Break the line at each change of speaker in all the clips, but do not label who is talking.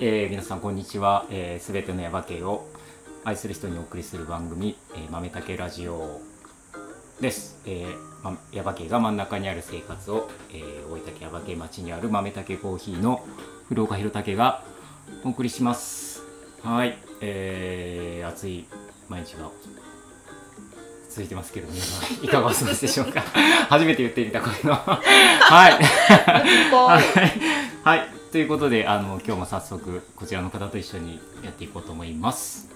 皆さんこんにちはすべ、えー全てのヤバ系を愛する人にお送りする番組「えー豆たけラジオ」です、えーま、ヤバ系が真ん中にある生活を、えー、大分県ヤバ系町にある豆たけコーヒーの古岡弘武がお送りしますはい、えー、暑い毎日が続いてますけれど皆さんいかがお過ごしでしょうか初めて言ってみたこういうのはいはい、はい、ということであの今日も早速こちらの方と一緒にやっていこうと思います。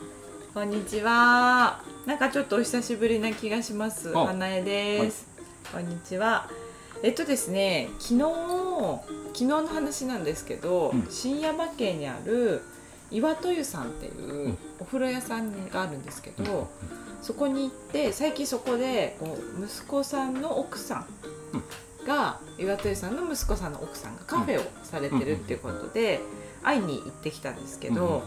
こんにちは。なんかちょっとお久しぶりな気がします。
あ
花江です、こんにちは。えっとですね、昨日昨日の話なんですけど、
うん
深夜馬系にある岩戸湯さんってい
うん
うお風呂屋さんがあるんですけど、
うん
そこに行って最近そこでこう息子さんの奥さんが、岩戸湯さんの息子さんの奥さんがカフェをされてるっていうことで、会いに行ってきたんですけど。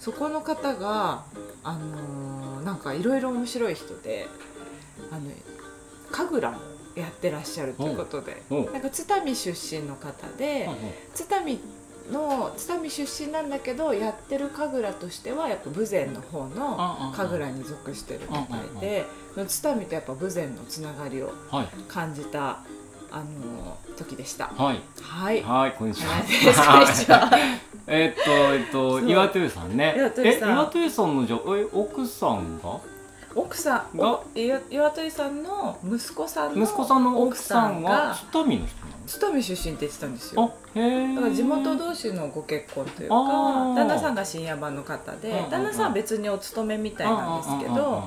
そこの方が、あのーなんかいろいろ面白い人であの神楽もやってらっしゃるということで
うんうん、おう
なんか津民出身の方で津民の津民出身なんだけどやってる神楽としてはやっぱ豊前の方の神楽に属してるみたいでの津民とやっぱ豊前のつながりを
はい
感じた、あのー時でした。
はい
はい、
はいこんにちは。
はい失礼しました
えっとえっと
そう
岩手さんね。
岩手さん
え岩手さんのじゃえ奥さんが
奥さん
が
が岩戸井さんの息子さんの
息子さんの奥さんは津民の人
津民出身って言ってたんです
な
よ
の？あへえ。
だから地元同士のご結婚というか
あー
旦那さんが深夜版の方で、
うんうんうん
旦那さんは別にお勤めみたいなんですけど、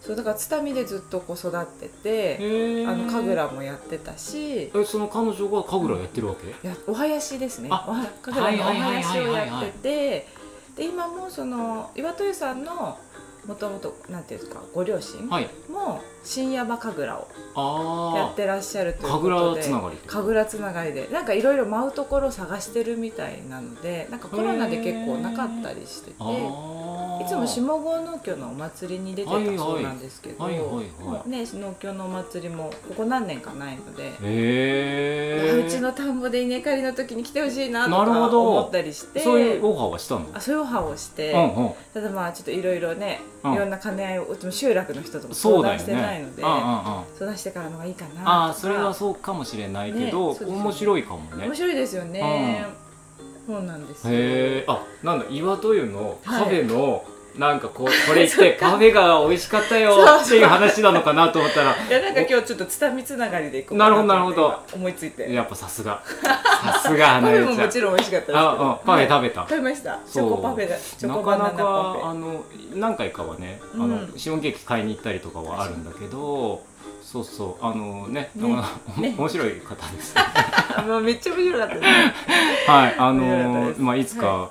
そうだから津民でずっとこう育って
うん
て、
うんうんうんへえ。
あの神楽もやってたし
えその彼女が神楽やってるわけ？
やお囃子ですねお
あ
は神楽のお
はいはい
囃
はい
子
はい
を
はい
やっててで今もその岩戸湯さんのもともとなんていうんですかご両親
はい。
も深夜版神楽を
ああ。
やってらっしゃるという
神
こと
楽
で
つながりってこと。
神楽つながりでなんかいろいろ舞うところを探してるみたいなのでなんかコロナで結構なかったりしてていつ
あー
も下郷農協のお祭りに出て
はいはい
たそうなんですけど、
はいはいはい
もうね農協のお祭りもここ何年かないので。
へえ
うちの田んぼで稲刈りの時に来てほしいなと
なるほ
か
ど
思ったりして
そういうオファーはしたの
あそういうオファーをして、
うんうん
ただまあちょっといろいろね、
うん
いろんな兼ね合いをうちも集落の人とも
そ
相
うだ
談
よ
して
ね
ないので、
うんうんうん
相談してからの方がいいかなとか
ああそれはそうかもしれないけ
ね
ど、
そうですよね
面白いかもね
面白いですよね、そうなんですよ
へえあなんだ岩戸湯の
は
カ
い
フェの、なん かこうこれ行って
そっか
カフェが美味しかったよ
そう
っていう話なのかなと思ったら
いやなんか今日ちょっとつたみつながりでいこう
なるほどなるほ
ど思いついて
やっぱさすがさすが 花
パフェ
江
も
ちゃ
も
ん
ちろん美味しかったですけど
あ、うん、パフェ食べた、
食べましたチ
そう
ョコパフェだチ
な
ョコ
か
バナ
な
ナパ
かあ
フェ
の何回かはね、あ
う
の
ん
シフォンケーキ買いに行ったりとかはあるんだけどそうそうあのねあ
ね
の
ね
面白い方 です
あもうめっちゃ面白かったです
はいあ
面白かった
の
です
まあいつか、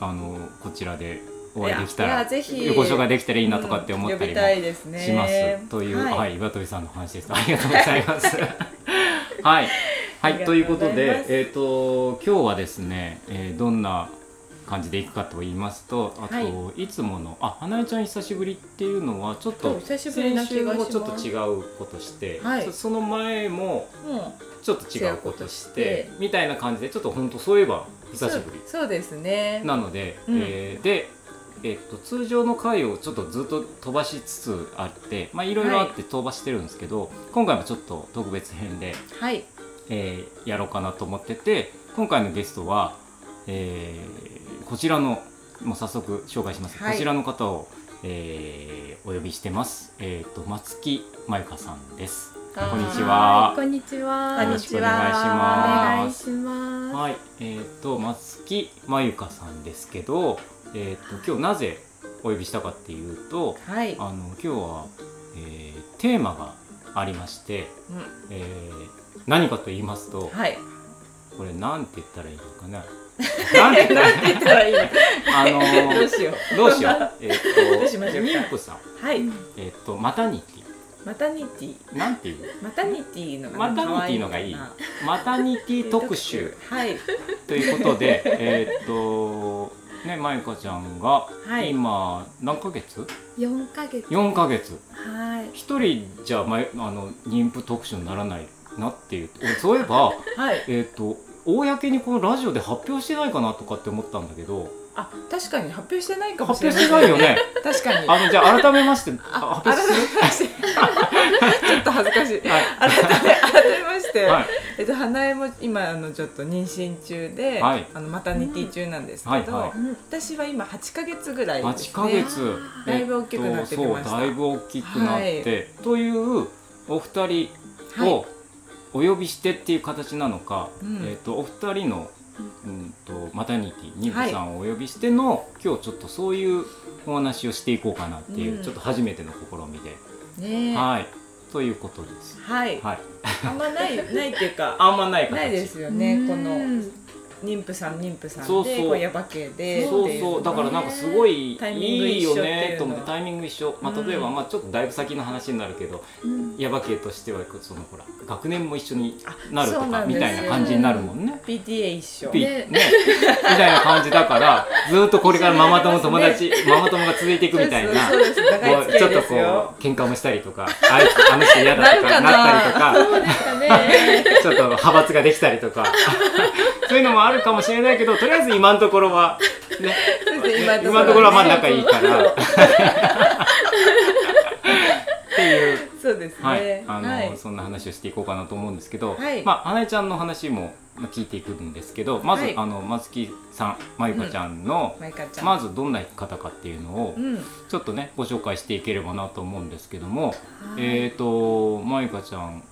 あのこちらでお会いできた
いやい
ら
やぜひ
ご紹介できたらいいなとかって思ったり
うん呼び
も
たいですね
します、という、はい、岩鳥さんの話ですありがとうございます はいは
あり
い
が
と
と
いううこ
ござい
と
ます
でえっ、と今日はですね、えーどんな感じでいくかと言いますとあと、、
はい
つものあ花江ちゃん久しぶりっていうのはちょっ
そう
と
久しぶりな
先
気
週
がし
も
ます
ちょっと違うことして、
はい
そその前も
も
ちょっと違うことして
違うこと
みたいな感じでちょっと本当そういえば
う
久しぶり
そうそうですね
なので、
うん
えーで、えっと通常の回をちょっとずっと飛ばしつつあってまあいろいろあって飛ばしてるんですけど、今回もちょっと特別編で、
はい
えーやろうかなと思ってて今回のゲストは、えーこちらのもう早速紹介します、
はい
こちらの方を、えーお呼びしてます、えー、と松木まゆかさんです。こんにちは
こんにちは。
こ
よ
んにちは
ろしくお願いします。
お願いしま
はい、えっ、と松木まゆかさんですけど、えっ、と今日なぜお呼びしたかっていうと、
はい、
あの今日は、えーテーマがありまして、
う
えー何かと言いますと
ん、、はい
これなんて言ったらいいのかな。なんて言ったらいい
言ったらいいの
あの
どう
ー
しよ
どうしよう。えっ、
どうしまし
と
ょうか
妊婦さん、
うはい
えっ、とマタニテ
マタニティ
ィなんていう
マタニティの
マ
が
タ
ね
ニティのがいい
可愛かな。
マタニティ特集
はい
ということで、 えっとねまゆかちゃんが
はい
今何ヶ月？
す。四ヶ月。
4ヶ月
はい。
一人じゃまあの妊婦特集にならないなっていうそういえば、
はい
えー、と公にこのラジオで発表してないかなとかって思ったんだけど
あ確かに発表してないかもし
発
れ
表
ない
してないよ ね
確かに
あのじゃあ改めましてあ発
あ改
表す
めまして ちょっと恥ずかしい
るはい
改め改めまして、
はい
えっと、花江も今あのちょっと妊娠中で、
はい
あのマタニティ中なんですけど、
はいは
うん
私は今8ヶ月ぐらいです、
8
ね、
ヶ月
だいぶ大きくなってきました
そうだいぶ大きくなって、というお二人
はい
をお呼びしてっていう形なのか、
うん
えー、とお二人の、うん、とマタニティ妊婦さんをお呼びしての、今日ちょっとそういうお話をしていこうかなっていう、
うん
ちょっと初めての試みで、
ねえは
はいということです。
い、
はい、
あんまないないっていうか
あんまない形
ないですよね、この
うん
妊婦さん妊婦さんで
そうそう
こうヤバ系で
そう
ってい
そう
の
だ
が
からなんかすごいい
タイミング
い
一
よ
緒っていうの
ねと思ってタイミング一緒、ま
う
あ、
ん
例えば、まあ、ちょっとだいぶ先の話になるけど
うん
ヤバ系としてはそのほら学年も一緒に
あ
なると
そうな
か
んで
み
す
たいな感じになるもんね。
PTA 一緒
ピ
ね
ね、みたいな感じだからずーっとこれからママ友友達、ママ友が続いていくみたいな
そうですそうです
こ
長いう付き
ち
合
ょっ
い
と
です
こ
よ
う喧嘩もしたりとかあいつあの人嫌だと
なるか
か
な
なったりとか
そうですかね。
ちょっと派閥ができたりとか そういうのもあるかもしれないけどとりあえず今のところは、ね、
そうですね
今のところはまあ
ね
仲いい から。っていう
そうですね
はい、あの、
はい
そんな話をしていこうかなと思うんですけど、
はい
まあ花江ちゃんの話もまあ聞いていくんですけど、まず、
はい
あの松木さん、まゆかちゃんの、
マイカちゃん、
まずどんな方かっていうのを
うん
ちょっとねご紹介していければなと思うんですけども、
はい
えっ、ー、とまゆかちゃん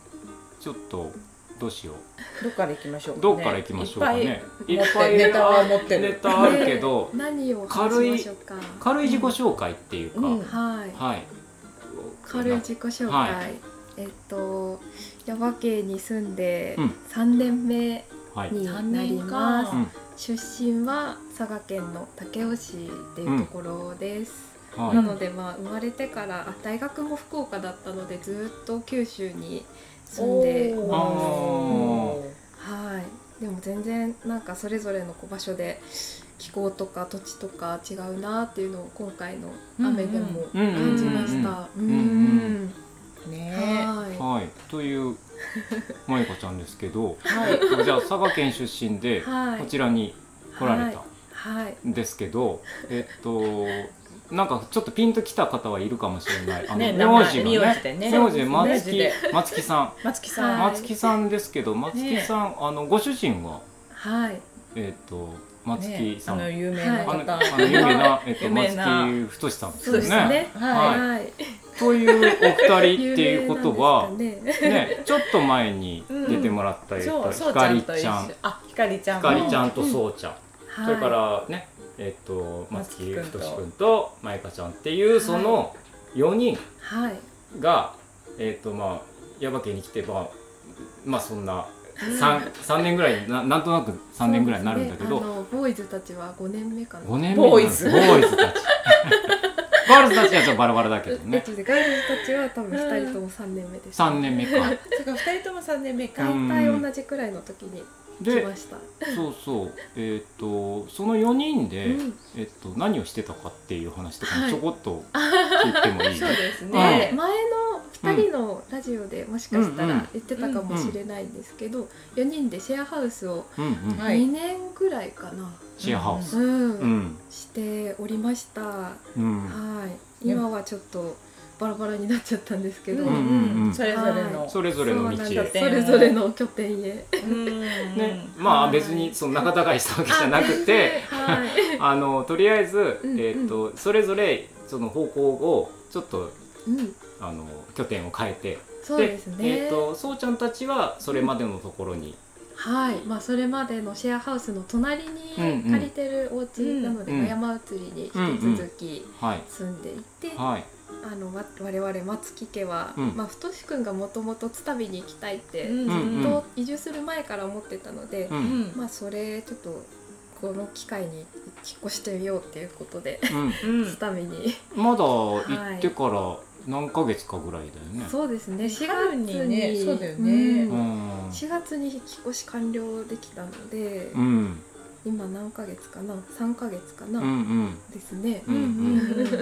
ちょっとどうしよう
どっから行きましょうかね
どっからいきましょうかね。
いっぱい持ってネタは持ってる
ネタあるけど、
何を話しましょうか。
軽い自己紹介っていうか、
うん
はい。
はい。
軽い自己紹介、
は
えっと耶馬渓に住んで
うん
3年目
はい。
に
三
なり
年
ま
か
す、
うん
出身は佐賀県の武雄市っていうところです、
はい
なのでまあ生まれてからあ大学も福岡だったのでずっと九州に住んで
おー
お
はいでも全然なんかそれぞれのこう場所で気候とか土地とか違うなっていうのを今回の雨でも
うんうん
感じました。
うんうんうんうんうん
ね
は
はい、というまゆかちゃんですけど、
はい
えっとじゃあ佐賀県出身で
い。はい
こ。ちらに来られ
は
た
はい。
んですけど、えっとなんかちょっとピンときた方はいるかもしれない。あの
ね
名字
名
が
字で
ね、
ね
名字で
そうで
松
す
木
ね
松木さん、
松木
は
さん
い
松木さんですけど、松木さん、あのご主人が
はい。
えっと松木さん、
ねあの有名な
あの
方、
あの有名なえっと
有名な
松木太さんです
そう
よ
ですね。
はい
はい。って
というお二人っていうことは。
ね。
ね、ちょっと前に出てもらった、えっ
そ
と
うそう
ひ
ち
か
ゃ
り
んと一
ち
緒
ゃん
あひかりちゃん
ひかりちゃんと
うん
そうちゃん、
はい
それからねえっと松
松
木
木
太
君と
君とまゆかちゃんっていうその4人
はい。
が、えっとまあ耶馬渓に来てまあまあそんな 3, 三年ぐらいななんとなく3年ぐらいになるんだけ
そう
ど、
ですねあのボーイズたちは五年目かな。
5年目
ボーイズ
ボーイズたちガールズたちはちょっとバラバラだけ
え
ど
っ
ね
とでガイドたちは多分二人とも三年目です。
3年目か
そうか二人とも三年目か、
うん
大体同じくらいの時に 来
で
ました。
そうそうえっ、とその4人で、
うん
えっと、何をしてたかっていう話とかも
はい
ちょこっと聞いてもいい、
そう です
うん
で
ね、
前の2人のラジオでもしかした
うんうん
ら言ってたかもしれないんですけど4人でシェアハウスを
うんうん
はい
2年ぐらいかな、
シェアハウス、
うん
うん
しておりました、は
うん
い今はちょっとバラバラになっちゃったんですけど、
うんうんうん
それぞれの、
それぞれの道
そう
へ
なん
ね
ですそれぞれの拠点へ
うん
まあ
はい
別にその仲違いしたわけじゃなくて
あはい
あのとりあえず、
うんうん
えっとそれぞれその方向をちょっと
うん
あの拠点を変えて
そうですね
えっとそうちゃんたちはそれまでのところに、
はいまあそれまでのシェアハウスの隣に
うんうん
借りてるお家なので、
うん
山移りに引き続き
はい
住んでいて、
はい
あのわ我々松木家は、
うん
まあ、太くんがもともと津旅に行きたいって、ず
うん
っと移住する前から思ってたので、
う
うんん
まあそれちょっとこの機会に引っ越してみようっていうことで
うん
うん
津旅に、
まだ行ってから何ヶ月かぐらいだよね、
そうですね4
日
月
本
に
にねそうだよね
う
うん
ん
4月に引っ越し完了できたので、
うん
今何ヶ月かな3ヶ月かな、
うんうん
ですね
う。ん
う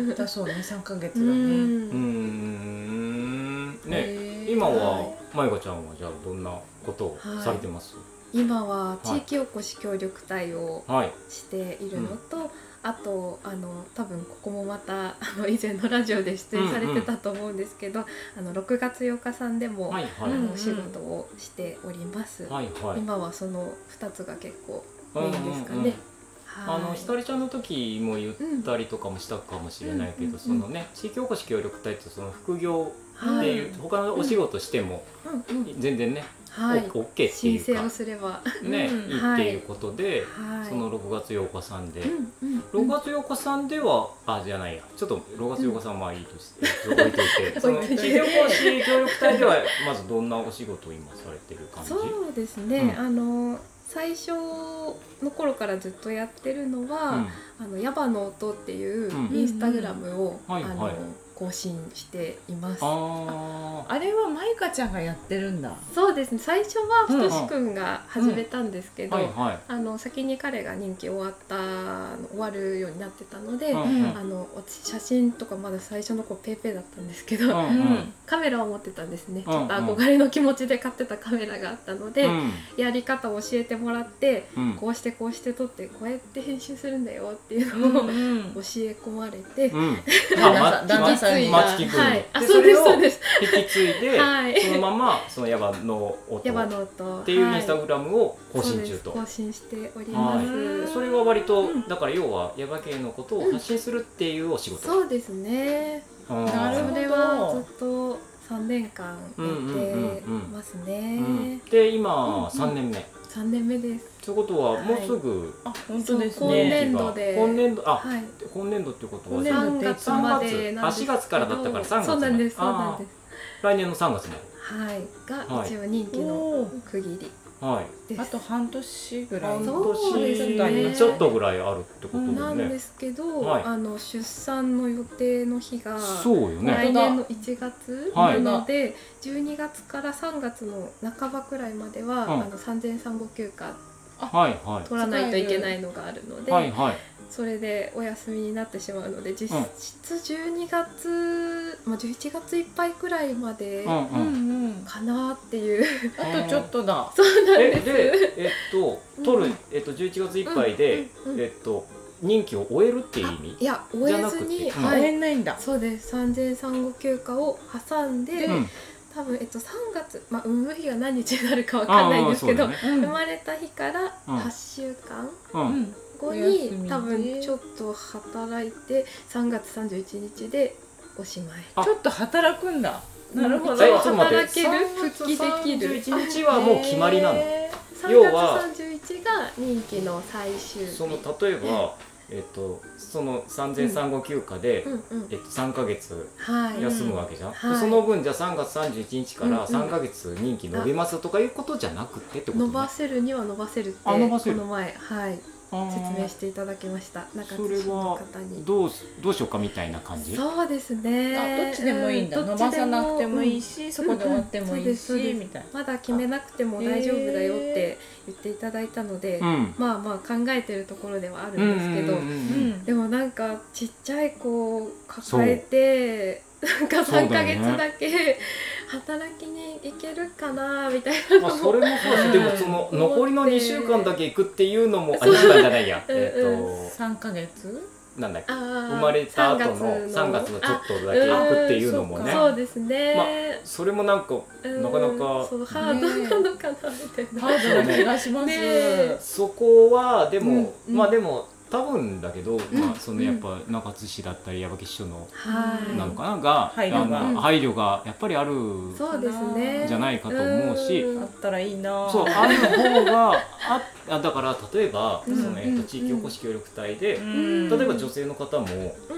んだそうね三ヶ月だね、
うー
うん
んね
へー
今
は
はまゆかちゃんはじゃあどんなことをされてます？
今は地域おこし協力隊を
はい
しているのと、あとあの多分ここもまたあの以前のラジオで出演されてたと思うんですけど、あの6月8日さんでも、
はいは
あ
い
うん
のお仕事をしております、
はいはい
今はその2つが結構
う
メ
んう
イ
ん
ンですかね、
うん
はい
あのひかりちゃんの時も言ったりとかもしたかもしれないけど、
うんうん
そのね地域おこし協力隊ってその副業っ
は
て
い
いう、他のお仕事しても
うんうん
全然ね、
はい、
オッ OK ってい
申
う
請
か
をすれば
ね、
うん
いいっていうことで、
はい
その6月8日さんで、
うんうんうん
6月8日さんではあじゃないやちょっと6月8日さんはいいと して、置いといてその
置いといて
企業講師協力隊ではまずどんなお仕事を今されてる感じ
そうですね、
うん
あの最初の頃からずっとやってるのは、
うん
あのヤバの音っていう
うん
インスタグラムを、
はい
あ
はい
の更新しています。
あー
あれはマイカちゃんがやってるんだ。
そうですね。最初は
うん
ふとしくんが始めたんですけど、
はいは
あの先に彼が任期終わったの終わるようになってたので、
い、うんうん
あの私写真とかまだ最初のこうペーペーだったんですけど、
うんうん
カメラを持ってたんですね、
うん
ちょっと憧れの気持ちで買ってたカメラがあったので、
うん
やり方を教えてもらって、
うん
こうしてこうして撮ってこうやって編集するんだよっていう
う
のを教
ん
え込まれて、
うん、
旦那さん旦那さんに
ま松木君
はいあ
で
そう
そ
です
れを
そうです
引き継いで、
はい
そのままそのヤバの音
ヤバ
っ
の音
ていう
は
インスタグラムを更新中と、
そうです更新しており
は
ま
い
す、
それは割と、
うん
だから要はヤバ系のことを発信するっていうお仕事、
そうですね
あー
なるほど
それはずっと三年間やってます
う
ね、
ん、で
うんう
今
ん
3年目、
三年目です
ということはもうすぐ、
あ、本当です
そう
ね。
今年度で
今年度あ、
はい
今年度ってことは
今年度
三月までなんですけど
あ四月からだったから三月まで
そうなんですそうなんです
来年の3月まで
はい
は
が
い
一応人気の
おー
区切り
はい
です、
あと半年ぐらい。
半
そうです
年
ね
ちょっとぐらいあるってことだ
な
よ
ん
ね
ですけど、
はい
あの出産の予定の日が
そうよね
来年の1月
は
ないので、12月から3月の半ばくらいまでは、
うん
あの産前産後休暇
はいは
取らないといけないのがあるの
い
で、
はいはい
それでお休みになってしまうので実
うん
質12月、まあ、11月いっぱいくらいまで
うん
う
うん
んうん。
かなっていう、
あとちょっとだ。
そうなん
え
です。
でえっと
うん
取るえっと11月いっぱいで、
うんうん
えっと任期を終えるっていう意
い
味
や終えず
じ
に、
ゃなくてうん
はい、
んないんだ。
そうです産前産後休暇を挟んで、
うん
多分、えっと、3月、まあ、産む日が何日になるかわかんないんですけど、
あーそうだね
う
生まれた日から
うん
8週間
う
うんん。
後
お休み
に
で
多分ちょっと働いて3月31日でおしまい
あ
ちょっと働くんだ。なるほ
えち
ど。
ょっと待って
働ける復帰できる
3月31日はもう決まりなの
へー
要は
3月31が任期の最終日
その例えば、えっと、その産前産後休暇で、
うんうん
えっと、3ヶ月
はい
休むわけじゃん、
はい
その分じゃあ3月31日から
うんうん
3ヶ月任期伸びますとかいうことじゃなくてってこと
伸
ね
ばせるには伸ばせるってこ
あ伸ばせる
の前はい説明していただけました中
それ
津市の
は
方に
どうしどうしようかみたいな感じ
そうですね
あどっちでもいいんだ、
う
伸ばさなくてもいい
どっちで
し、そこで終わってもいいし、
うんうんそうですそうです
みたいな
まだ決めなくても大丈夫だよって言っていただいたので、
うん
まあまあ考えてるところではあるんですけど、
うんうんうんうん
う
でもなんかちっちゃい子を抱えてなんか
そう
3
だ
ヶ
よね
月だけ働きに行けるかなみたい
ま
な
あ、
の
そ
も
れもそうだし、
うん
でもその残りの2週間だけ行くっていうのもあ
そう
2週間じゃないや、
うんうん
え
ん。
っ
三ヶ月？
となんだっけ
生
生まれた後の3月のちょっとだけ行くっていうのもね
そうですね、
それもなんか
うん
なかなか
そうハードなのかなみたいな、
ハードな気がします。
ねえ
そこはでも、
うんうん
まあでも多分だけど、まあ、その
うん
やっぱ中津市だったり矢吹市所の
はい
なのかなが、
配慮が
あの配慮がやっぱりある
そうですね
じゃないかと思うし
あ
ん
ったらいいな。
そうある方がああだから例えば、
うん
そのえっと地域おこし協力隊で、
ん
例えば女性の方も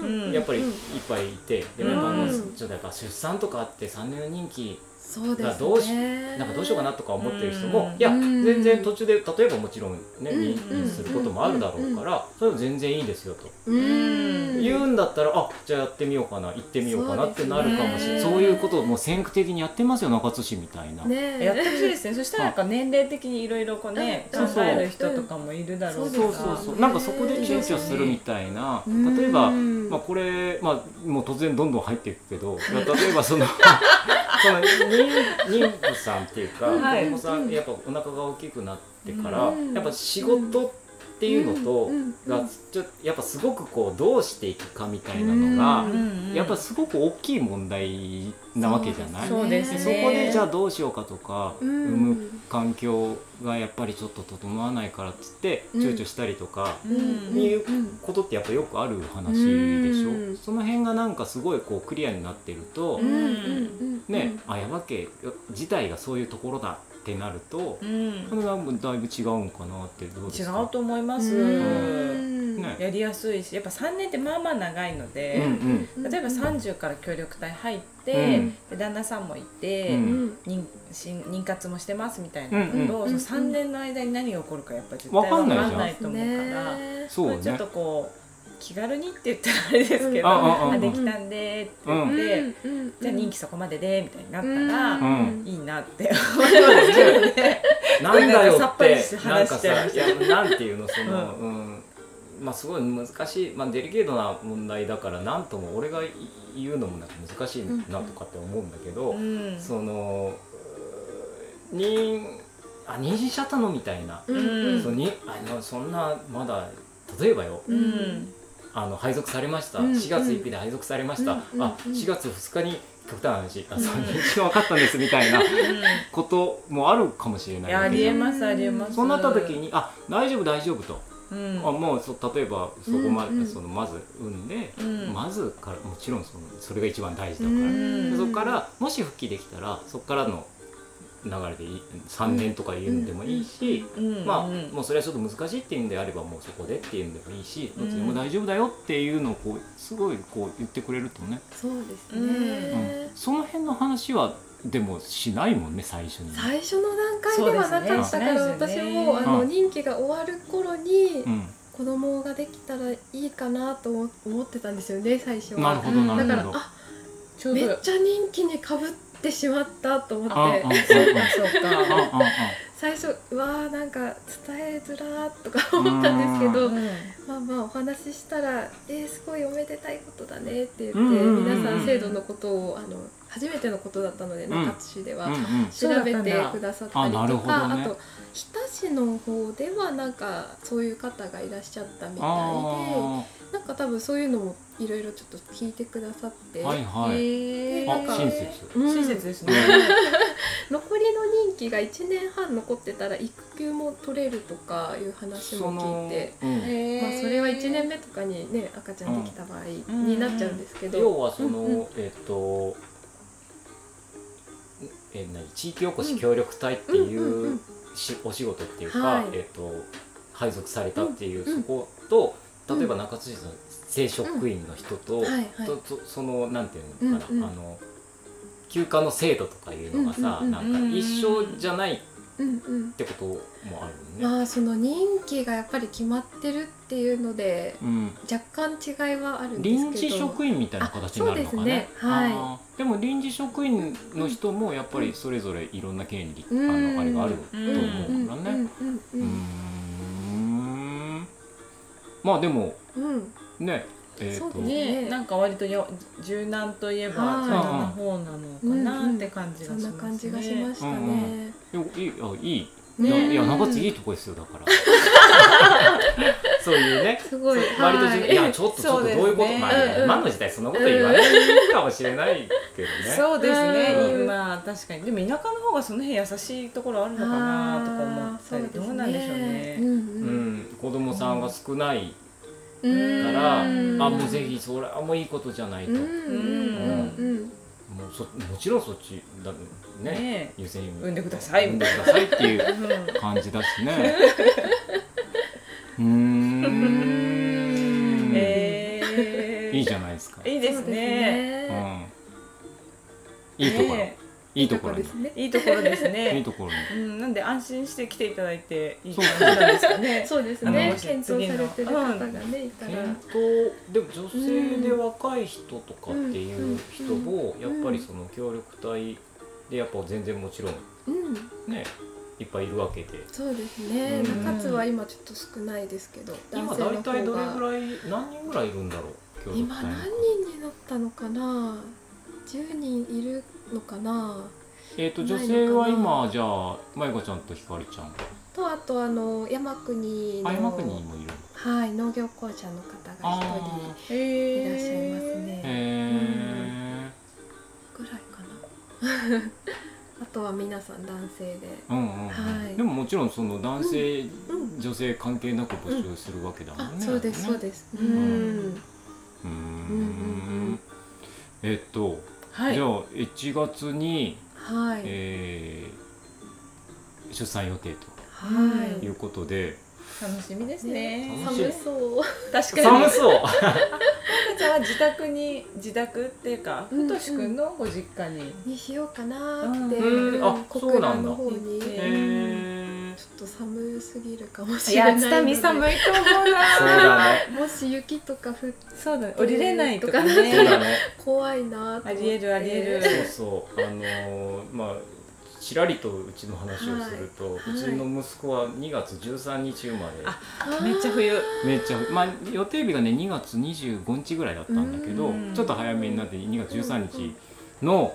うん
やっぱりいっ
うん
ぱいいて、でもやっぱあの
うん
ちょっとやっぱ出産とかあって3年人気
そうですね
どうしなんかどうしようかなとか思ってる人も、い
うん
や
うん
全然途中で例えばもちろんね、
うん
に
うん
することもあるだろうから、それは全然いいですよと、
う
う
ん
ん
言うんだったらあじゃあやってみようかな行ってみようかなってなるかもしれないそ,、
そううですね
いうことをもう先駆的にやってますよ中津市みたいな。
ねえ
やってほしいですね。そしたらなんか年齢的にいろいろこうね
うん
考える人とかもいるだろ
そうう
か
そ
ら。
うそうそう
ね
なんかそこで躊躇するみたいな例えば、
うん
まあ、これ、まあ、もう突然どんどん入っていくけどいや例えばその その妊妊婦さんっていうか
はい
子供さ
うんん
やっぱお腹が大きくなっってから、
うん
やっぱ仕事っていうのと、
うん
がちょやっぱすごくこうどうしていくかみたいなのが、
うん
やっぱすごく大きい問題なわけじゃない
そうですね
そこでじゃあどうしようかとか、
うん
産む環境がやっぱりちょっと整わないからっつって
うん
躊躇したりとか、
うんん
いうことってやっぱよくある話でしょ、
うん
その辺がなんかすごいこうクリアになってると、
うん
ね、あやばけ自体がそういうところだってなると、
うん
これがだいぶ違うんかなってどうで
違
す
う
か
と思います、
うん
ね
やりやすいしやっぱ3年ってまあまあ長いので、
うん
例えば30から協力隊入って、
うん
で旦那さんもいて、
うん
妊娠妊活もしてますみたいなことを、
うんうん
その3年の間に何が起こるかやっぱ絶対
わ
わ
か
か
ん
ん
ないじゃん
ないと思うから、
うん、そう
ちょっ
ね
とこう気軽にって言ったらあれですけど、
うんうんうんうん
あできたんでって言って、じゃあ人気そこまででみたいになったら、いいなって思いますけどね。
なんだよ
さ
っ
っぱり
て
し
なん
話
かさ
しちゃいま
い
した
やなんていうのその、うんまあすごい難しい、まあ、デリケートな問題だからなんとも俺が言うのもなんか難しいなとかって思うんだけど、
うん
そのうー妊あ妊娠しちゃったのみたいな、
うん
そのにあのそんなまだ例えばよ
うん
あの配属されました、
うん
4月1日で配属されました、
うんうん
あ
うん
4月2日に極端な話、あそう
うん
妊娠分かったんですみたいなこともあるかもしれ
うん
ないい
や
わ
あ
け
り
じゃ
え
ん
ますありえます。
そうなった時にあ大丈夫大丈夫と、
うん、
あもうそ例えばそこまで、
うんうん
そのまず産んで、
うん
まずからもちろんそのそれが一番大事だから、
ん
でそこからもし復帰できたらそこからの流れでいい3年とか言うんでもいいし、
うん
まあ、
うん
もうそれはちょっと難しいっていうんであればもうそこでっていうんでもいいし、
うん
どっちでも大丈夫だよっていうのをこうすごいこう言ってくれるとね、
そうです
うん
ね。
その辺の話はでもしないもんね最初にね。
最初の段階ではなかったから、
そうです
私
ね
もあ
う
の
ん
任期が終わる頃に
うん
子供ができたらいいかなと思思ってたんですよね最初
なる
は。
ほどな
だから
るほど。
あ
ちょうど
めっちゃ人気にかぶってしまったと思って
ああ
そうかそうか。
ああ
最初うわーなんか伝えづらーとか思ったんですけど、
うん
まあまあお話ししたら「えー、すごいおめでたいことだね」って言って、
うんうんうんうん
皆さん制度のことをあの初めてのことだったので
うん
中津市では、
あうんうん
調べてくださったりと
あなる
か
ほど
あ,、
ね
と日田市の方ではなんかそういう方がいらっしゃったみたいで
あ
なんか多分そういうのもいろいろちょっと聞いてくださって、
ーはいはい。
へー
あ
なんか
親切。
うん
親切ですね。
残りの任期が1年半残ってたら育休も取れるとかいう話も聞いて。
そのうん
まあ、それは1年
目
目とかにね赤ちゃんできた場合
ん
になっちゃうんですけど、
要はその、
うんう
えっ、とえ何地域おこし協力隊っていう,、
うんうんうん
しお仕事っていうか、
はい
えっ、と配属されたっていう、
うんうん
そこと
うん
例えば中津市の正職員の人と,、
はいはい
ととそのなんていうのかな、
うんうん
あの休暇の制度とかいうのがさ、
うんうん
な
うんん
か一緒じゃないっ
うんうん
てこともあるよね。
まあその任期がやっぱり決まってるっていうので
うん
若干違いはあるんですけ
臨
ど
時職員みたいな形になるのかね
あそうですねはい
あーでも臨時職員の人もやっぱりそれぞれいろんな権利、
うん
あのあれがあると
と
思
うん
う
う
か
ん
らね
うんう
うんんまあでも
うんうん
ねえー、と
そうです
ね、なんか割とや柔軟といえば
はい
柔軟な方なのかなって感じ
そ
が
ん
し
な
ま
感
す
じがし
ね
ま。したね。
でもいいあいい、
ね
いやいや中津いいとこですよだ からそういうね
すごい
そう割とじゅ、
はい
い、やちょっとちょっ
そう
とどうい
ですね
うこと、まあ
うんうん
今の時代そんなこと言わないかもしれないけどね、
そうです
う
ね。
ん
まあ確かにでも田舎の方がその辺優しいところあるのかなとか思ったり
あー
どうなんでしょうね
う。ん
う
うん
ん、子供さんが少ない
うん
から、
うん
あもうぜひそれはもういいことじゃないと、
うん
も
うんうん
うそもちろんそっちだね
ね
優先
産んでください
産んでくださいっていう
うん
感じだし ねうーん、
えー
いいじゃないですか、
いいですね。
うん、いいところ、
ね
いいところに
ですね。
いいところです
いい
ね。
ところに
うん、なんで安心して来ていただいていい
そ
感
う
じなんですかね。
そうです
あ
ね
の。
検討されてる方がねいたら、
検討でも女性で若い人とかっていう人も
うん
やっぱりその協力隊でやっぱ全然もちろん
うん、
ねいっぱいいるわけで
そうですね。
うん
中津は今ちょっと少ないですけど、
今
男性の
大
方
体どれ
が
ぐらい何人ぐらいいるんだろう協力隊
今何人になったのかな10人いるのかな
えっ、と女性は今じゃあまゆかちゃんとひかりちゃん
とあとあの山国の
あ山国にもいるの
はい農業公社の方が一人いらっしゃいます
へ
ね
え
ぐらいかな あとは皆さん男性で
うんうんうん、
はい
でももちろんその男性、
うん
女性関係なく募集するわけだも
あ
んね。
そうですそう
す。
です
う
うんん
うー
うんうんうんん。
えっと、
はい
じゃあ1月に、
はい
えー出産予定
は
ということで、
楽しみですね
ね
い
楽しい
寒そう
確かに
寒 そう。
じゃあ自宅に自宅っていうか
うん
ふとしくんのご実家に
にしようかなーって、
うんうんあ
小
そうな
倉
んだ
の方に
へ
えー
ー
ちょっと寒すぎるかも
い
しれ な
や
い
つたみ寒
い
いと思う
そう
な
だね。
もし雪とか降っ
そうだね降りれないとか
そう
ね
だね。
怖いなーと思って
ありえるありえる
そうそう。あのーまあ。ちらりとうちの話をすると、
はいう
ちの息子は2月13日生まれ、
あ
あー
めっちゃ冬
めっちゃ、まあ、予定日がね2月25日ぐらいだったんだけど
うん
ちょっと早めになって2月13日の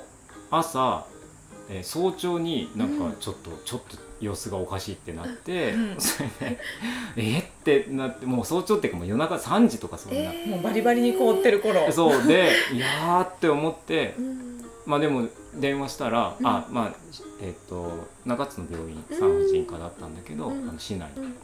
朝、えー早朝になん
う
か
ん
ちょっと、ちょっと様子がおかしいってなって、
うん
それでえーってなってもう早朝っていうかもう夜中3時とかそんな、
えー
もうバリバリに凍ってる頃
そうでいやーって思って
うん
まあでも電話したら、
うん
あまあえっ、と中津の病院産婦人科だったんだけど、
うん
あの市内
うん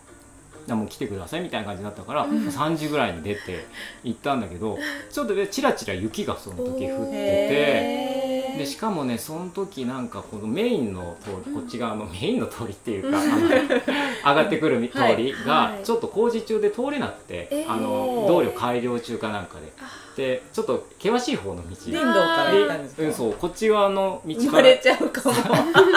あもう来てくださいみたいな感じだったから、
うん
3時ぐらいに出て行ったんだけどちょっとねチラチラ雪がその時降っ
おー
てて。
へー
でしかもねその時なんかこのメインの通りこっち側のメインの通りっていうか、
うん
あの上がってくる通り
はい
が
はい
ちょっと工事中で通れなくて、
えー
あの道路改良中かなんかで
あ
でちょっと険しい方の道
林道から行ったんですか
うん、そうこっち側の道
生
か
ま
ら
れちゃうかも
ね、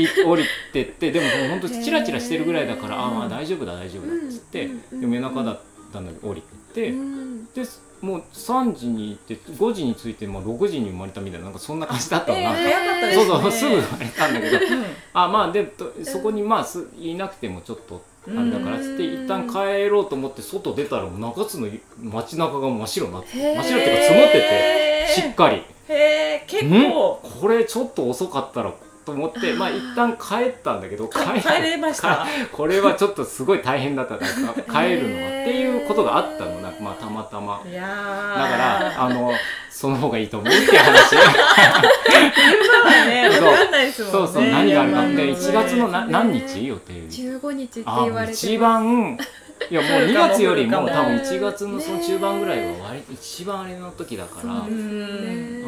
い降りてってでももうほんとチラチラしてるぐらいだから、
へー
あまあ大丈夫だ大丈夫だっつって、
うんうん
でも夜中だったんだけど降りてって、
うん
でもう3時に行って5時に着いて、まあ、6時に生まれたみたいななんかそんな感じだったの
えー
な、
早かったです
そ
ね
うそうすぐ生まれたんだけど
うん
あまあでとそこにまあすいなくてもちょっと。あれだからっつって
うん
一旦帰ろうと思って外出たら中津の街中が真っ白になって
へー
真っ白っていうか積もっててしっかり
へえ結構
これちょっと遅かったらと思ってまあ一旦帰ったんだけど
か
帰
帰れました
これはちょっとすごい大変だったなんか帰るのは
へー
っていうことがあったのなんかまあたまたま
い
だ
やー
からあのその方がいいと思うっていう話
今はね
そう
わかんないですもんね
そうそう何があるかっ
ね
て1月のな
ね
何日予定日
15日って
あ
言われてます
一番いやもう2月よりも多
来るかも
分1月のその中盤ぐらいは割一番あれの時だから
そうですね
う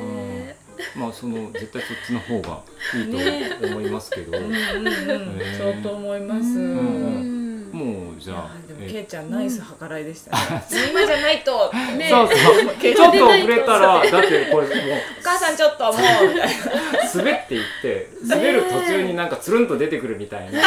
んまあその絶対そっちの方がいいと思いますけど、
うんうんうん
へー
そうと思います
うん
もうじ
い
ゃ
や
あ
ーでも
え
けいちゃんナイス計らいでしたね今じゃないとね
そうそうちょっと遅れたらだっ
お
てこれもう
母さんちょっともうみたいな
滑っていって滑る途中になんかつるんと出てくるみたい な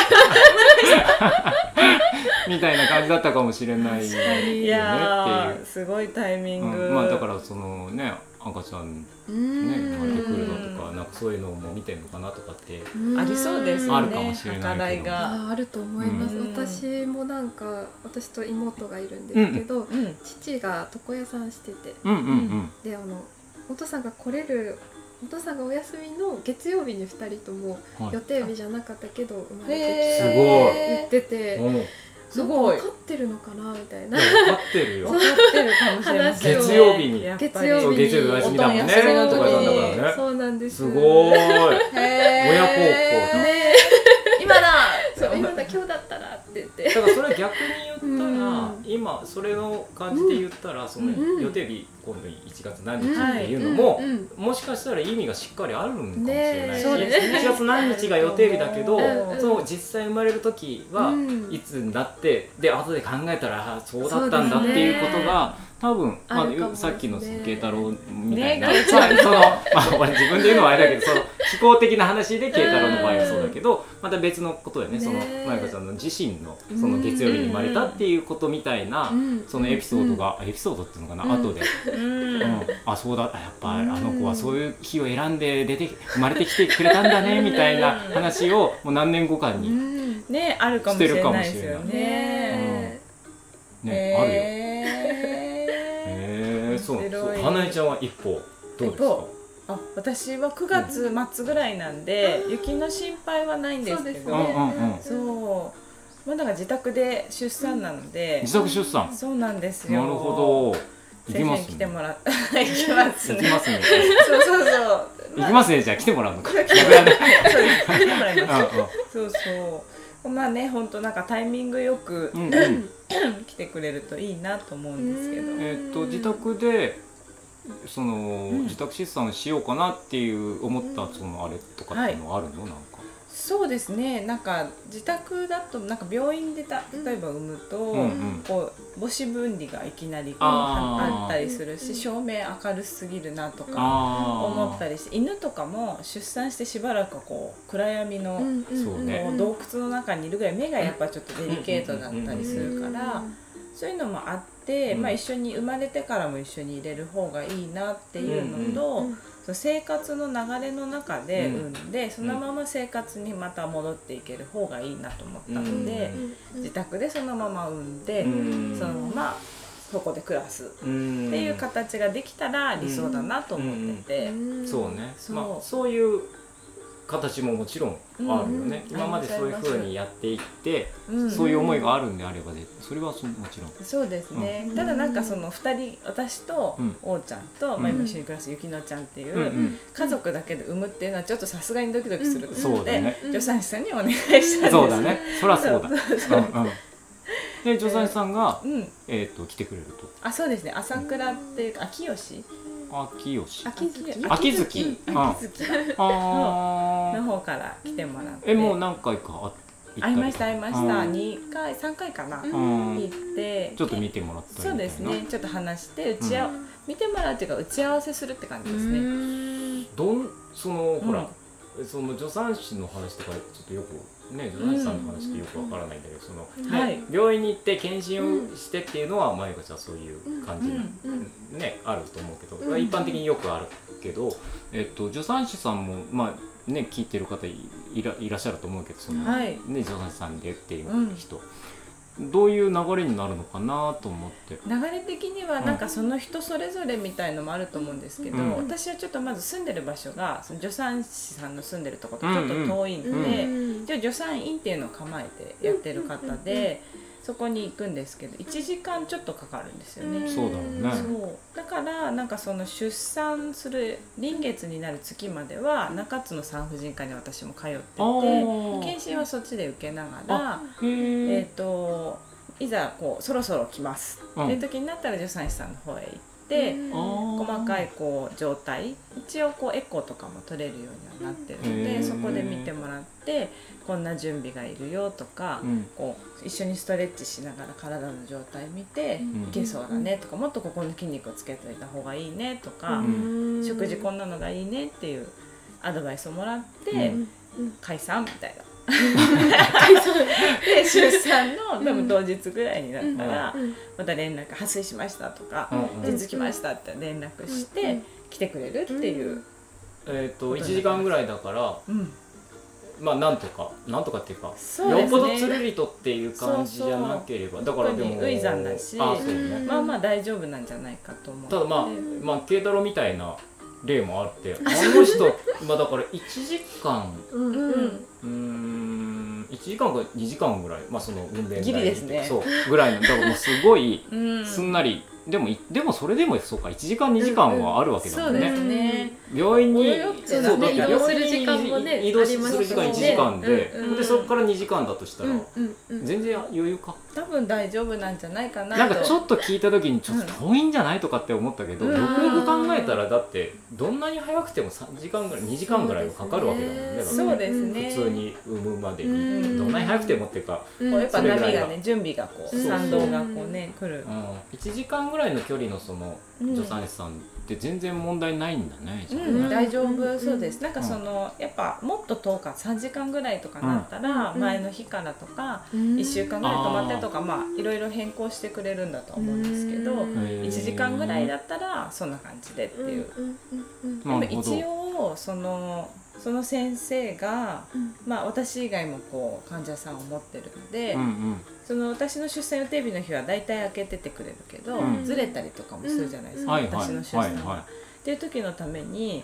みたいな感じだったかもしれないよねって
い
いう、
やーすごいタイミ
う
ング、
ん、まあだからそのね赤ちゃんね
うん
生まれてくるのとかなんかそういうのも見てるのかなとかって
うん
ありそうですね
あるかもしれないけど
計らいが、
ああると思います、
うん
私もなんか私と妹がいるんですけ
う
ど、
ん、
父が床屋さんしてて
うんうんうん
であのお父さんが来れるお父さんがお休みの月曜日に2人とも
はい
予定日じゃなかったけど生まれて
す
へ
きて言
ー
ってて
おう
すごい
なんか分かってるのかなみたいな
分かってるよ
分かってるかもしれませんね
月曜日に
やっぱり
月曜
そう
日に
月曜日お休みだもんね
お盆休みの
と
時に
かなんだからね
そうなんです
すごーい親
親
孝行だ
ね
今だ
そう今だ今日だったらって言って
だからそれは逆に言ったら、
うん
今それの感じで言ったら、その
うん
予定日今度1月何日っていうのも、もしかしたら意味がしっかりあるのかもしれないし、
ねえそうですね
1月何日が予定日だけど、
うんうん
その実際生まれる時は、
うん
いつになってで後で考えたらあそうだったんだっていうことが、多分、ま
あ
あ
るかもね
さっきの慶太郎みたいな、
ね
まあ その、まあ、俺自分で言うのはあれだけどその気候的な話で慶太郎の場合はそうだけど、また別のことでねその
ね
まゆかちゃんの自身のその月曜日に生まれたっていうことみたいな、
うん
そのエピソードが、エピソードっていうのかな、
うん
後で。
うん
うん、あそうだやっぱあの子はそういう日を選んで出て生まれてきてくれたんだねみたいな話をもう何年後か
う
に、
ん
ねあるかもしれないです
し
よ
てるかもしれない
ね
ね
ねあるよ。へえそう
面
そう
白い
花江ちゃんは一歩どうですか
一方あ私は9月末ぐらいなんで、雪の心配はないんですけど
そうです
うん
ね
うんうん
そうまあだから自宅で出産なので、
自宅出産
そうなんですよ
なるほど行き
先生
ま
に
す
来て
ね
もらっ行きます
行
ね
きます ね
そうそうそう、
行
ま
き
あ
ますねじゃあ来てもらうのかやめられない
そうです来てもらいました
う
そうそうまあね本当なんかタイミングよく
んうんうんうん
来てくれるといいなと思うんですけど、
うん
えっと自宅でその、
ん
自宅出産しようかなっていう思ったそのあれとかっていうのはあるの、なんか
そうですねなんか自宅だとなんか病院でた例えば産むと、
うんうん
こう母子分離がいきなりこう
あー
ああったりする
うんう
し
ん
照明明るすぎるなとか
あー
思ったりして犬とかも出産してしばらくはこう暗闇の、
そうね
こう洞窟の中にいるぐらい目がやっぱちょっとデリケートだった
窟
り
に
するからそういうのもあって、
うん
まあ、一緒に生まれてからも一緒に入れる方がいいなっていうのと、
うんうんうん
その生活の流れの中で
うん
産んで、そのまま生活にまた戻っていける方がいいなと思ったので、自宅でそのまま産んで、
うん
そのままそこで暮らすっ
うん
ていう形ができたら理想だなと思ってて。
そうね
そう
まあ、そういう形ももちろんあるよね、
うん
今までそういうふうにやっていって、
うん
そういう思いがあるんであればでそれはそのもちろん
そうですね、
うん
ただなんかその2人私と
うん
王ちゃんと、
うん
まあ、今一緒に暮らすゆきのちゃんっていう、
うんうん
家族だけで産むっていうのはちょっとさすがにドキドキする
うん
と思
そ
っ
うだ
て、
ね、
助産師さんにお願いしたんです
そうだねそりゃそうだ
そうそううん
うんで助産師さんが、
うん、
えー、と来てくれると
あそうですね朝倉っていうか秋吉
秋吉
秋月
秋月うん
秋月
あ
の
ー
方から来てもらって
えもう何回かあ行ったりとか
会いました会いました
うん
二回三回かな、
う
うん
行って
ちょっと見てもらったりみたいな
そうですねちょっと話して打ち合わ、見てもらうっていうか打ち合わせするって感じですね、
どんその
ん
ほら、その助産師の話とかちょっとよくね助産師さんの話ってよくわからないんだけど、その、ね
はい
病院に行って検診をしてっていうのはまゆかちゃんそういう感じ、
うん
ねあると思うけど、
うん
一般的によくあるけど、えっと、助産師さんもまあね聞いてる方いいらいらっしゃると思うけどその、
はい
ね助産師さんでっていう人、どういう流れになるのかなと思って。
流れ的にはなんかその人それぞれみたいのもあると思うんですけど、
うん
私はちょっとまず住んでる場所がその助産師さんの住んでるとことちょっと遠いので、
うんうんうん
一応助産院っていうのを構えてやってる方で、
うんうんうん
そこに行くんですけど1時間ちょっとかかるんですよね。
そうだろうね
そうだからなんかその出産する臨月になる月までは中津の産婦人科に私も通って
あ
て
ー
検診はそっちで受けながら、
へー
えー、といざこうそろそろ来ます
うん
っていう時になったら助産師さんの方へ行って、細かいこう状態一応こうエコーとかも取れるようにはなってるの
へ
で
ー
そこで見てもらってこんな準備がいるよとか、
うん
こう一緒にストレッチしながら体の状態見て、
ん
いけそうだねとかもっとここの筋肉をつけといた方がいいねとか、食事こんなのがいいねっていうアドバイスをもらって、
うん
解散みたいな。で出産の多分当日ぐらいになったら、また連絡「発生しました」とか
うんう
「
ん
手続きました」って連絡して、
うん
来てくれるっていう、
えっと1時間ぐらいだから
うん
まあなんとかなんとかっていうか
そう
よ
で
っぽ
す
どつる
ね
りとっていう感じじゃなければ
そう
だからでも
特に初産だし
あそうね
まあまあ大丈夫なんじゃないかと思う
ただまあ
うん
まあ慶太郎みたいな例もあってあの人 まあだから1時間うーん1時間か2時間ぐらいまあその運転
ギリですね
そうぐらいのだからもうすごい
うん
すんなりでもいでもそれでもそうか1時間2時間はあるわけだ
そ
も
うんで
ね
すね、
病院に
そう
そう
だね
だって
移動する
病院に
時間もね
移動す
あります
る時間
もん
1
ね
時間で、
うん
うん
でそこから2時間だとしたら、全然余裕か、
多分大丈夫なんじゃないかなと
なんかちょっと聞いた時にちょっと遠いんじゃないとかって思ったけど、
うん
よくよく考えたらだってどんなに早くても3時間ぐらい2時間ぐらいはかかるわけだもんね
すね
だ
そ
っ
う
て
ですね
普通に産むまでに、
うん
どんなに早くてもっていうか、
こうやっぱ波
それぐら
が
い
ね準備がこう
そうそう
賛同がこうね来る
うん、1時間ぐらいの距離のその
うん
助産師さんって全然問題ないんだね、じ
う
ゃあね
ん、
ん
大丈
う
夫
ん
そうですなんかそのやっぱもっと10日3時間ぐらいとかなったら
うん
前の日からとか1週間ぐらい泊まってとかまあいろいろ変更してくれるんだとは思うんですけど
うん
へー
1時間ぐらいだったらそんな感じでっていう。で
な
も
るほど
一応そのその先生が、まあ、私以外もこう患者さんを持ってるので、
うんうん
その私の出産予定日の日は大体開けててくれるけど、
うん
ずれたりとかもするじゃないですか、
はいはい
私の出産
はい
が
は
っていう時のために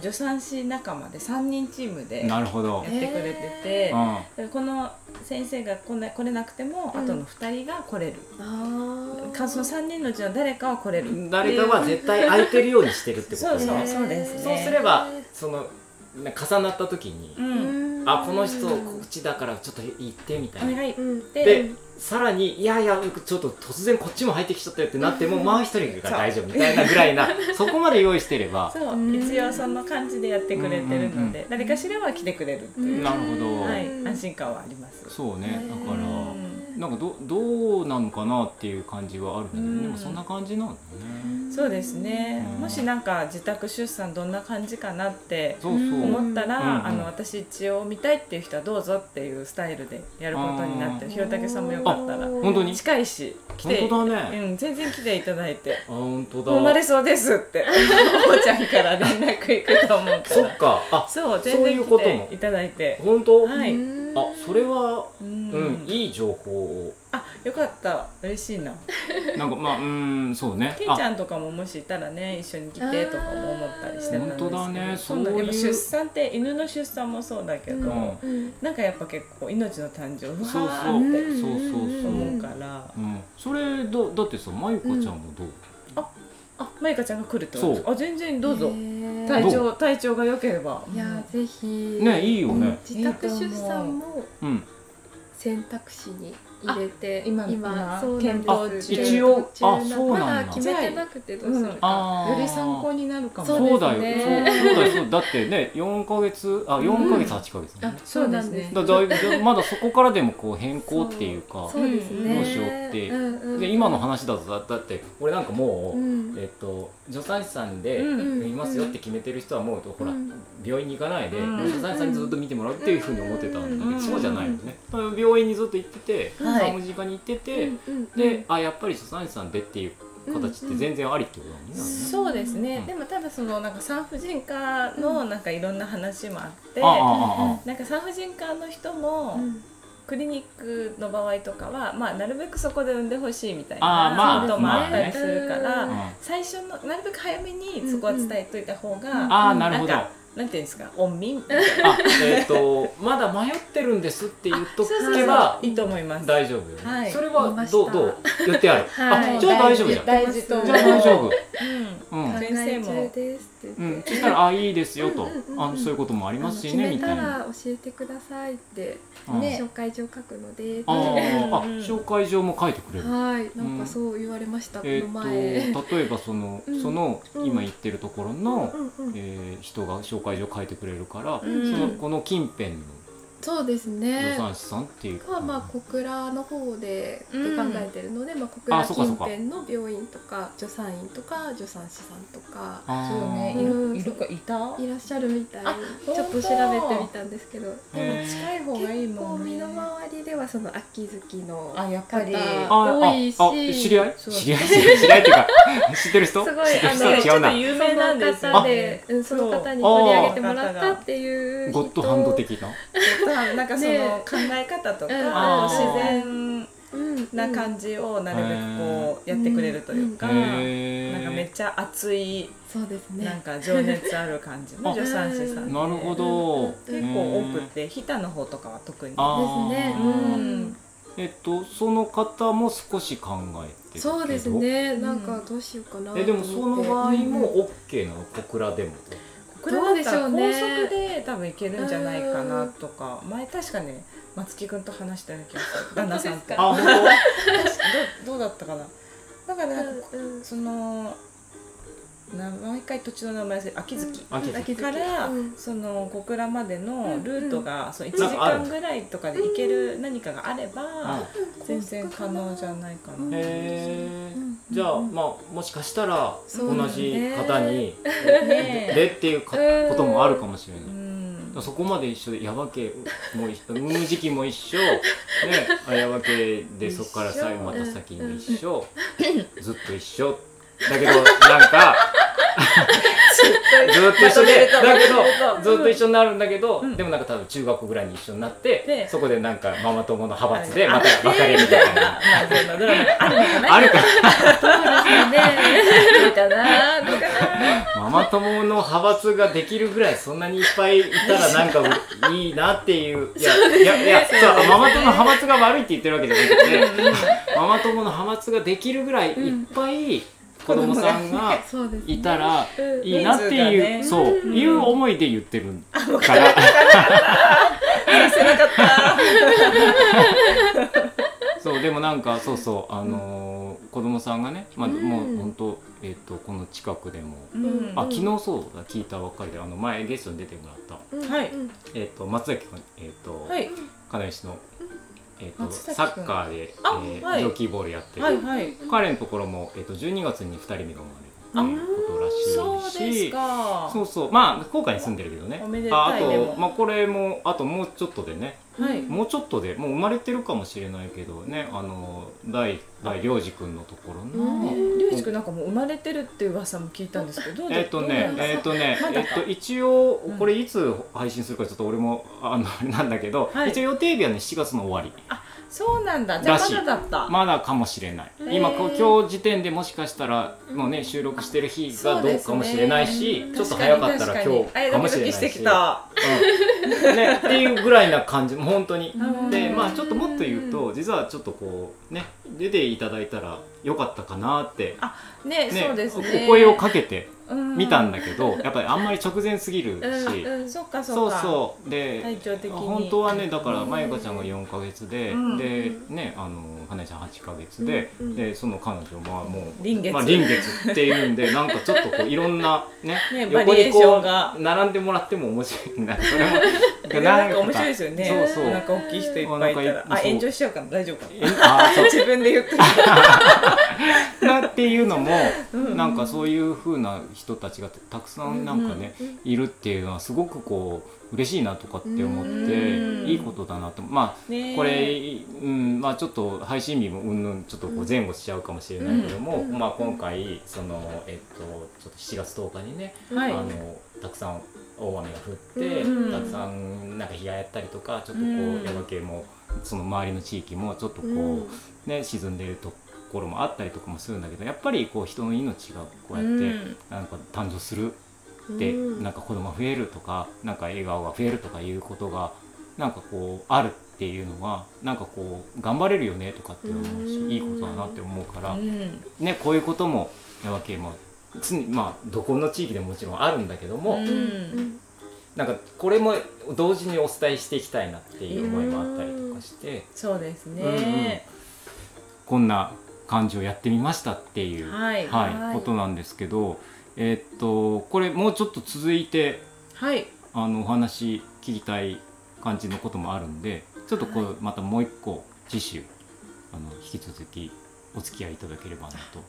助産師仲間で3人チームでや
なるほど
っ。てくれてて、
うん
でこの先生が来,、ね、来れなくても、
うん
後の2人が来れる
あ
かその3人のうちの誰かは来れる
誰かは絶対空いてるようにしてるってこと
そう
です
そ
ね。
うそうですね
そうすればそのな重なった時に、
うん
あこの人こっ
う
ちだからちょっと行ってみた
お
いな。
願い
ん、
で
でさらにいやいやちょっと突然こっちも入ってきちゃったよってなっても
うん
もう一人が大丈夫みたいなぐら いなそこまで用意してれば
そう、
うん
一応そんな感じでやってくれてるので、
う
誰かしらは来てくれるって
う
い
ん
う、
なるほど
はい、安
心
心感はあります
そうねだか
うん
らなんかどどうなのかなっていう感じはあるんだけど、
うん
でもそんな感じなのね。
そうですね、
うん
もしなんか自宅出産どんな感じかなって
そうそう。
うん
思ったら、
うん
あの私一応見たいっていう人はどうぞっていうスタイルでやることになって
う
るひろたけさんもよかったら
本当に
近いし来て、
本当だね。
うん、全然来ていただいて
あ本当だ。
生まれそうですって おばちゃんから連絡いくと思うか
そ
ら
っか。あ
そう全
そうい
然
うこ
来
とも
ていただいて
本当。
はい
あそれは
う、
うんんいい情報を。
あよかった嬉しいな
なんかまあうーんそうね。
けいちゃんとかももしいたらね一緒に来てとかも思ったりしてたんですけど
あー本当だね
そうなん
そういう
やっぱ出産って犬の出産もそうだけど、
うん
なんかやっぱ結構命の誕生うわ
そう
ーって
そうそうそう
思うから、
あうんそれだだってさまゆかちゃんもどう？
あまゆかちゃんが来るってこと
そう
あ全然どうぞ、
ど
体
う
調体調が良ければ
いやぜひ
ねいいよね。
自宅出産も
うん。
選択肢に入れて
あ今今
そうなんです
検討中
検討中
あ一応あそうなんだ
まだ決めてなくてどうするか、
ああ。
より参考になるかも
そう
そうだよ。そう
です
そうだよ。そうだってね四ヶ月あ四ヶ月八ヶ月ね。
あそうですね
だだいぶだまだそこからでもこう変更っていうか
そうですね
どうしようって
うんうん
で今の話だとだだって俺なんかも
う
う、
ん
えっと助産師さんで、
うん
いますよって決めてる人はもうほら、
うん
病院に行かないで、
うん
お医者さんにさんにずっと見てもらうっていうふうに思ってたんだけど、
うん
そうじゃないのね、病院にずっと行ってて
はい
産婦人科に行ってて、
うんうん
であやっぱり助産師さんでっていう形って全然ありってことだもんね。
そうですね、
うん
でもただそのなんか産婦人科のなんかいろんな話もあって、
あああああ
なんか産婦人科の人も、
うん
クリニックの場合とかは、まあ、なるべくそこで産んでほしいみたい
あーま
な
あ
こともあったりす
そうですね
るから、
う
うん
最初のなるべく早めにそこは伝えといた方が、
うん
あーなるほど
なんかなんていうんですか穏便って
あえっ、とまだ迷ってるんですって言っと
聞
け
けば
ば
いいと思います。
大丈夫よね、
はい
それ
言い
はど
まし
う
た
どう言ってある、
はい
あじゃあ大丈夫じゃんじゃ
大事と思う
あ大丈夫、う
考
ん
え中ですって
う
言っ
ん、
て、
そしたら「あいいですよ」と
うんうんう
「
ん
あそういうこともありますし
決
ね」
め
み
た
たいな。
ら教えてくださいって、
うん
ね
紹介状書くので
あーあ
うんうん
紹介状も書いてくれる。
はいなんかそう言われました、
え
この前、
ーっと例えばその
うん
その今言ってるところの
う、んうん、
えー人が紹介状書いてくれるから、
うん
そのこの近辺の
そうです
助
ね
産師さんっていう。
はまあ小倉の方でって考えてるので、まあ、小倉
あそうかそ
近
うか
辺の病院とか助産院とか助産師さんとか
あー
いる
いるかいた、
いらっしゃるみたい
あ
ちょっと調べてみたんですけど
へー
近い方がいい
結
も
構
んね
身の回りではその秋月の
あやっぱ
方
り
あ
多いし
ああ知り合い
そう
知り合い知り合いって いうか知ってる人
すごい
知ってる人
あの
は違
ちょ
う
っと
な
有
そ
名なん
の
です
方
よ
で
ね、
うん、その
そう
方に取り上げてもらったっていう人
ゴッドハンド的な。
なんかその
ね
考え方とか、
うん
あと自然な
じ、
感じをなるべくこうやってくれるというか、
へー
なんかめっちゃ熱い
そうですね
なんか情熱ある感 じの
あ
助産師さんで
なるほど。
結構多くて日田の方とかは特に
あ
ですね
あ
う
ー
ん
えっとその方も少し考えてるけど
そうですね
ん
なんかどうしようかなと思って、
えでもその場合も OK なの小倉でも
これだったら
どう
高
でしょうね
速で多分いけるんじゃないかなとか前確かね松木君と話したような気が する旦那さんと
あ本
どどうだったかなだからなんか
うんうん
その名毎回土地の名前忘れ秋月
当秋
秋月
から、
うん
その小倉までのルートが、そう1時
なんかある
間ぐらいとかで行ける何かがあれば、
あ
全然可能じゃないかな。
へえじゃあまあもしかしたら
そう
同
だね
じ方に
ねえ。
でっていうか
うん
こともあるかもしれないう
ん、
そこまで一緒でヤバ系も一緒無時期も一緒ねあヤバ系でそこからさ
一緒
また先に一緒ずっと一緒だけどなんかずっと一緒でだけどずっと一緒になるんだけど、
うん
でもなんか多分中学校ぐらいに一緒になって、
で
そこでなんかママ友の派閥で
は
ま
い
た別れるみたいな、
まあそんなドラマがあるのかな
あるか
そうですねいいかなどうかな
ママ友の派閥ができるぐらいそんなにいっぱいいたらなんかういいなっていういやいやいやそうママ友の派閥が悪いって言ってるわけじゃなくてママ友の派閥ができるぐらいいっぱい子供さんが
そうですね
いたら
うん
いいなっていう、
人数がね
そう
うん
いう思いで言ってるから
話せなかった。
そうでもなんかそうそうあのー子供さんがね、まあ、
うん
もう本当えっ、とこの近くでも、
うん
あ昨日そうだ聞いたばっかりであの前ゲストに出てもらった
うん
はい
うん
えっ、と松崎君えっ、と、
はい
金石の、えー、と
松崎
サ
君
ッカーで、え
あ
ー
はい
ジョッキーボールやってる、
はいはい。
彼のところも、えー、と12月に2人目が生まれるっていう
そ
ことら
う
しい
です
し
か。
そうそうまあ福岡に住んでるけどね
おめで
あ
た
あ
いでも
と、まあ、これもあともうちょっとでね
はい。
もうちょっとでもう生まれてるかもしれないけどねあの大大良二君のところの、
うん
りゅうじくんなんかもう生まれてるっていう噂も聞いたんですけどどうで
えっと
どうな
ね
ん、です
えっとね、
ま
え
だ
っ
か
と一応
うん
これいつ配信するかちょっと俺もあのあれなんだけど、
はい
一応予定日はね7月の終わり、
そうなんだ。じゃあ
ら
ま
しい
だだった。
まだかもしれない
へ。ー
今こう今日時点でもしかしたらもうね収録してる日がどうかもしれないし、
そうですね
ちょっと早かったら今
確
日
に
かもしれないし、
あドキドキしてきた。
うん ねっていうぐらいな感じもう本当に。
うん
で
うん
まあちょっともっと言うと実はちょっとこうね出ていただいたらよかったかなって、
ね
ね
そうです
お
ね。
声をかけてみ
見
たんだけど、やっぱりあんまり直前すぎるし、
うんうん
そっか
そ
そうっか。
そう
体
で
調的に。
本当はねだからまゆかちゃんが4ヶ月で、
うん
でねあの花ちゃん8ヶ月で、
うんうん
でその彼女はもう
臨月
まあ、臨月ってい うんでなんかちょっとこういろんなね
ね
横
バリ
に
エーショ
こ
ンが
う並んでもらっても面白いなそれも
でなんか面白いですよね。
そうそう
なんか大きい人いっぱいいた
お腹
ら、
い
あ
そう
炎上しちゃうかな大丈夫かな。
えあーそう
自分で言ってる。
なっていうのも、
うん
なんかそういう風な人たちがたくさんなんかね、
うんうん
いるっていうのはすごくこう嬉しいなとかって思って、
うん
いいことだなとまあ
ね え
これ、うんまあ、ちょっと配信日もうんぬんちょっとこう前後しちゃうかもしれないけども、
うん
まあ、今回その、えっと、ちょっと7月10日にね、
はい
あのたくさん大雨が降って、
うん
たくさんなんか日がやったりとかちょっとこう、
うん
山系もその周りの地域もちょっとこう、
うん
ね、沈んでるところもあったりとかもするんだけどやっぱりこう人の命がこうやって、
うん
なんか誕生するって、
うん
なんか子供が増えるとかなんか笑顔が増えるとかいうことがなんかこうあるっていうのはなんかこう頑張れるよねとかって思うし、
うん
いいことだなって思うから
う、ん
ね、こういうことも山系も常にまあどこの地域でももちろんあるんだけども、
うん
うん
なんかこれも同時にお伝えしていきたいなっていう思いもあったりとかして、
そうですね。
こんな感じをやってみましたっていう、
はい
はい
ことなんですけど、えーっとこれもうちょっと続いて
はい。
あのお話聞きたい感じのこともあるんでちょっとこ
は
うまたもう一個次週あの引き続きお付き合いいただければなと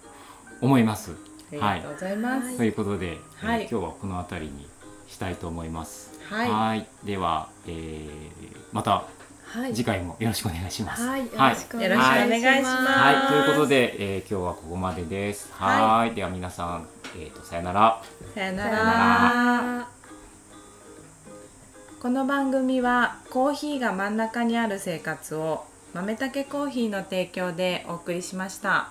思います。
ありがとうございま
は
す。
ということで、えー
はい
今日はこの辺りにしたいと思います。
はい。
では、えーまた
はい
次回もよろしくお願いします。
はい、よ
は
ろ
い
しく
よろしくお願いします
はい、ということで、えー今日はここまでです。はーい、では皆さん、えーとさよなら。
さよ
さ
な
よ
ら。
なら。
この番組はコーヒーが真ん中にある生活を豆たけコーヒーの提供でお送りしました。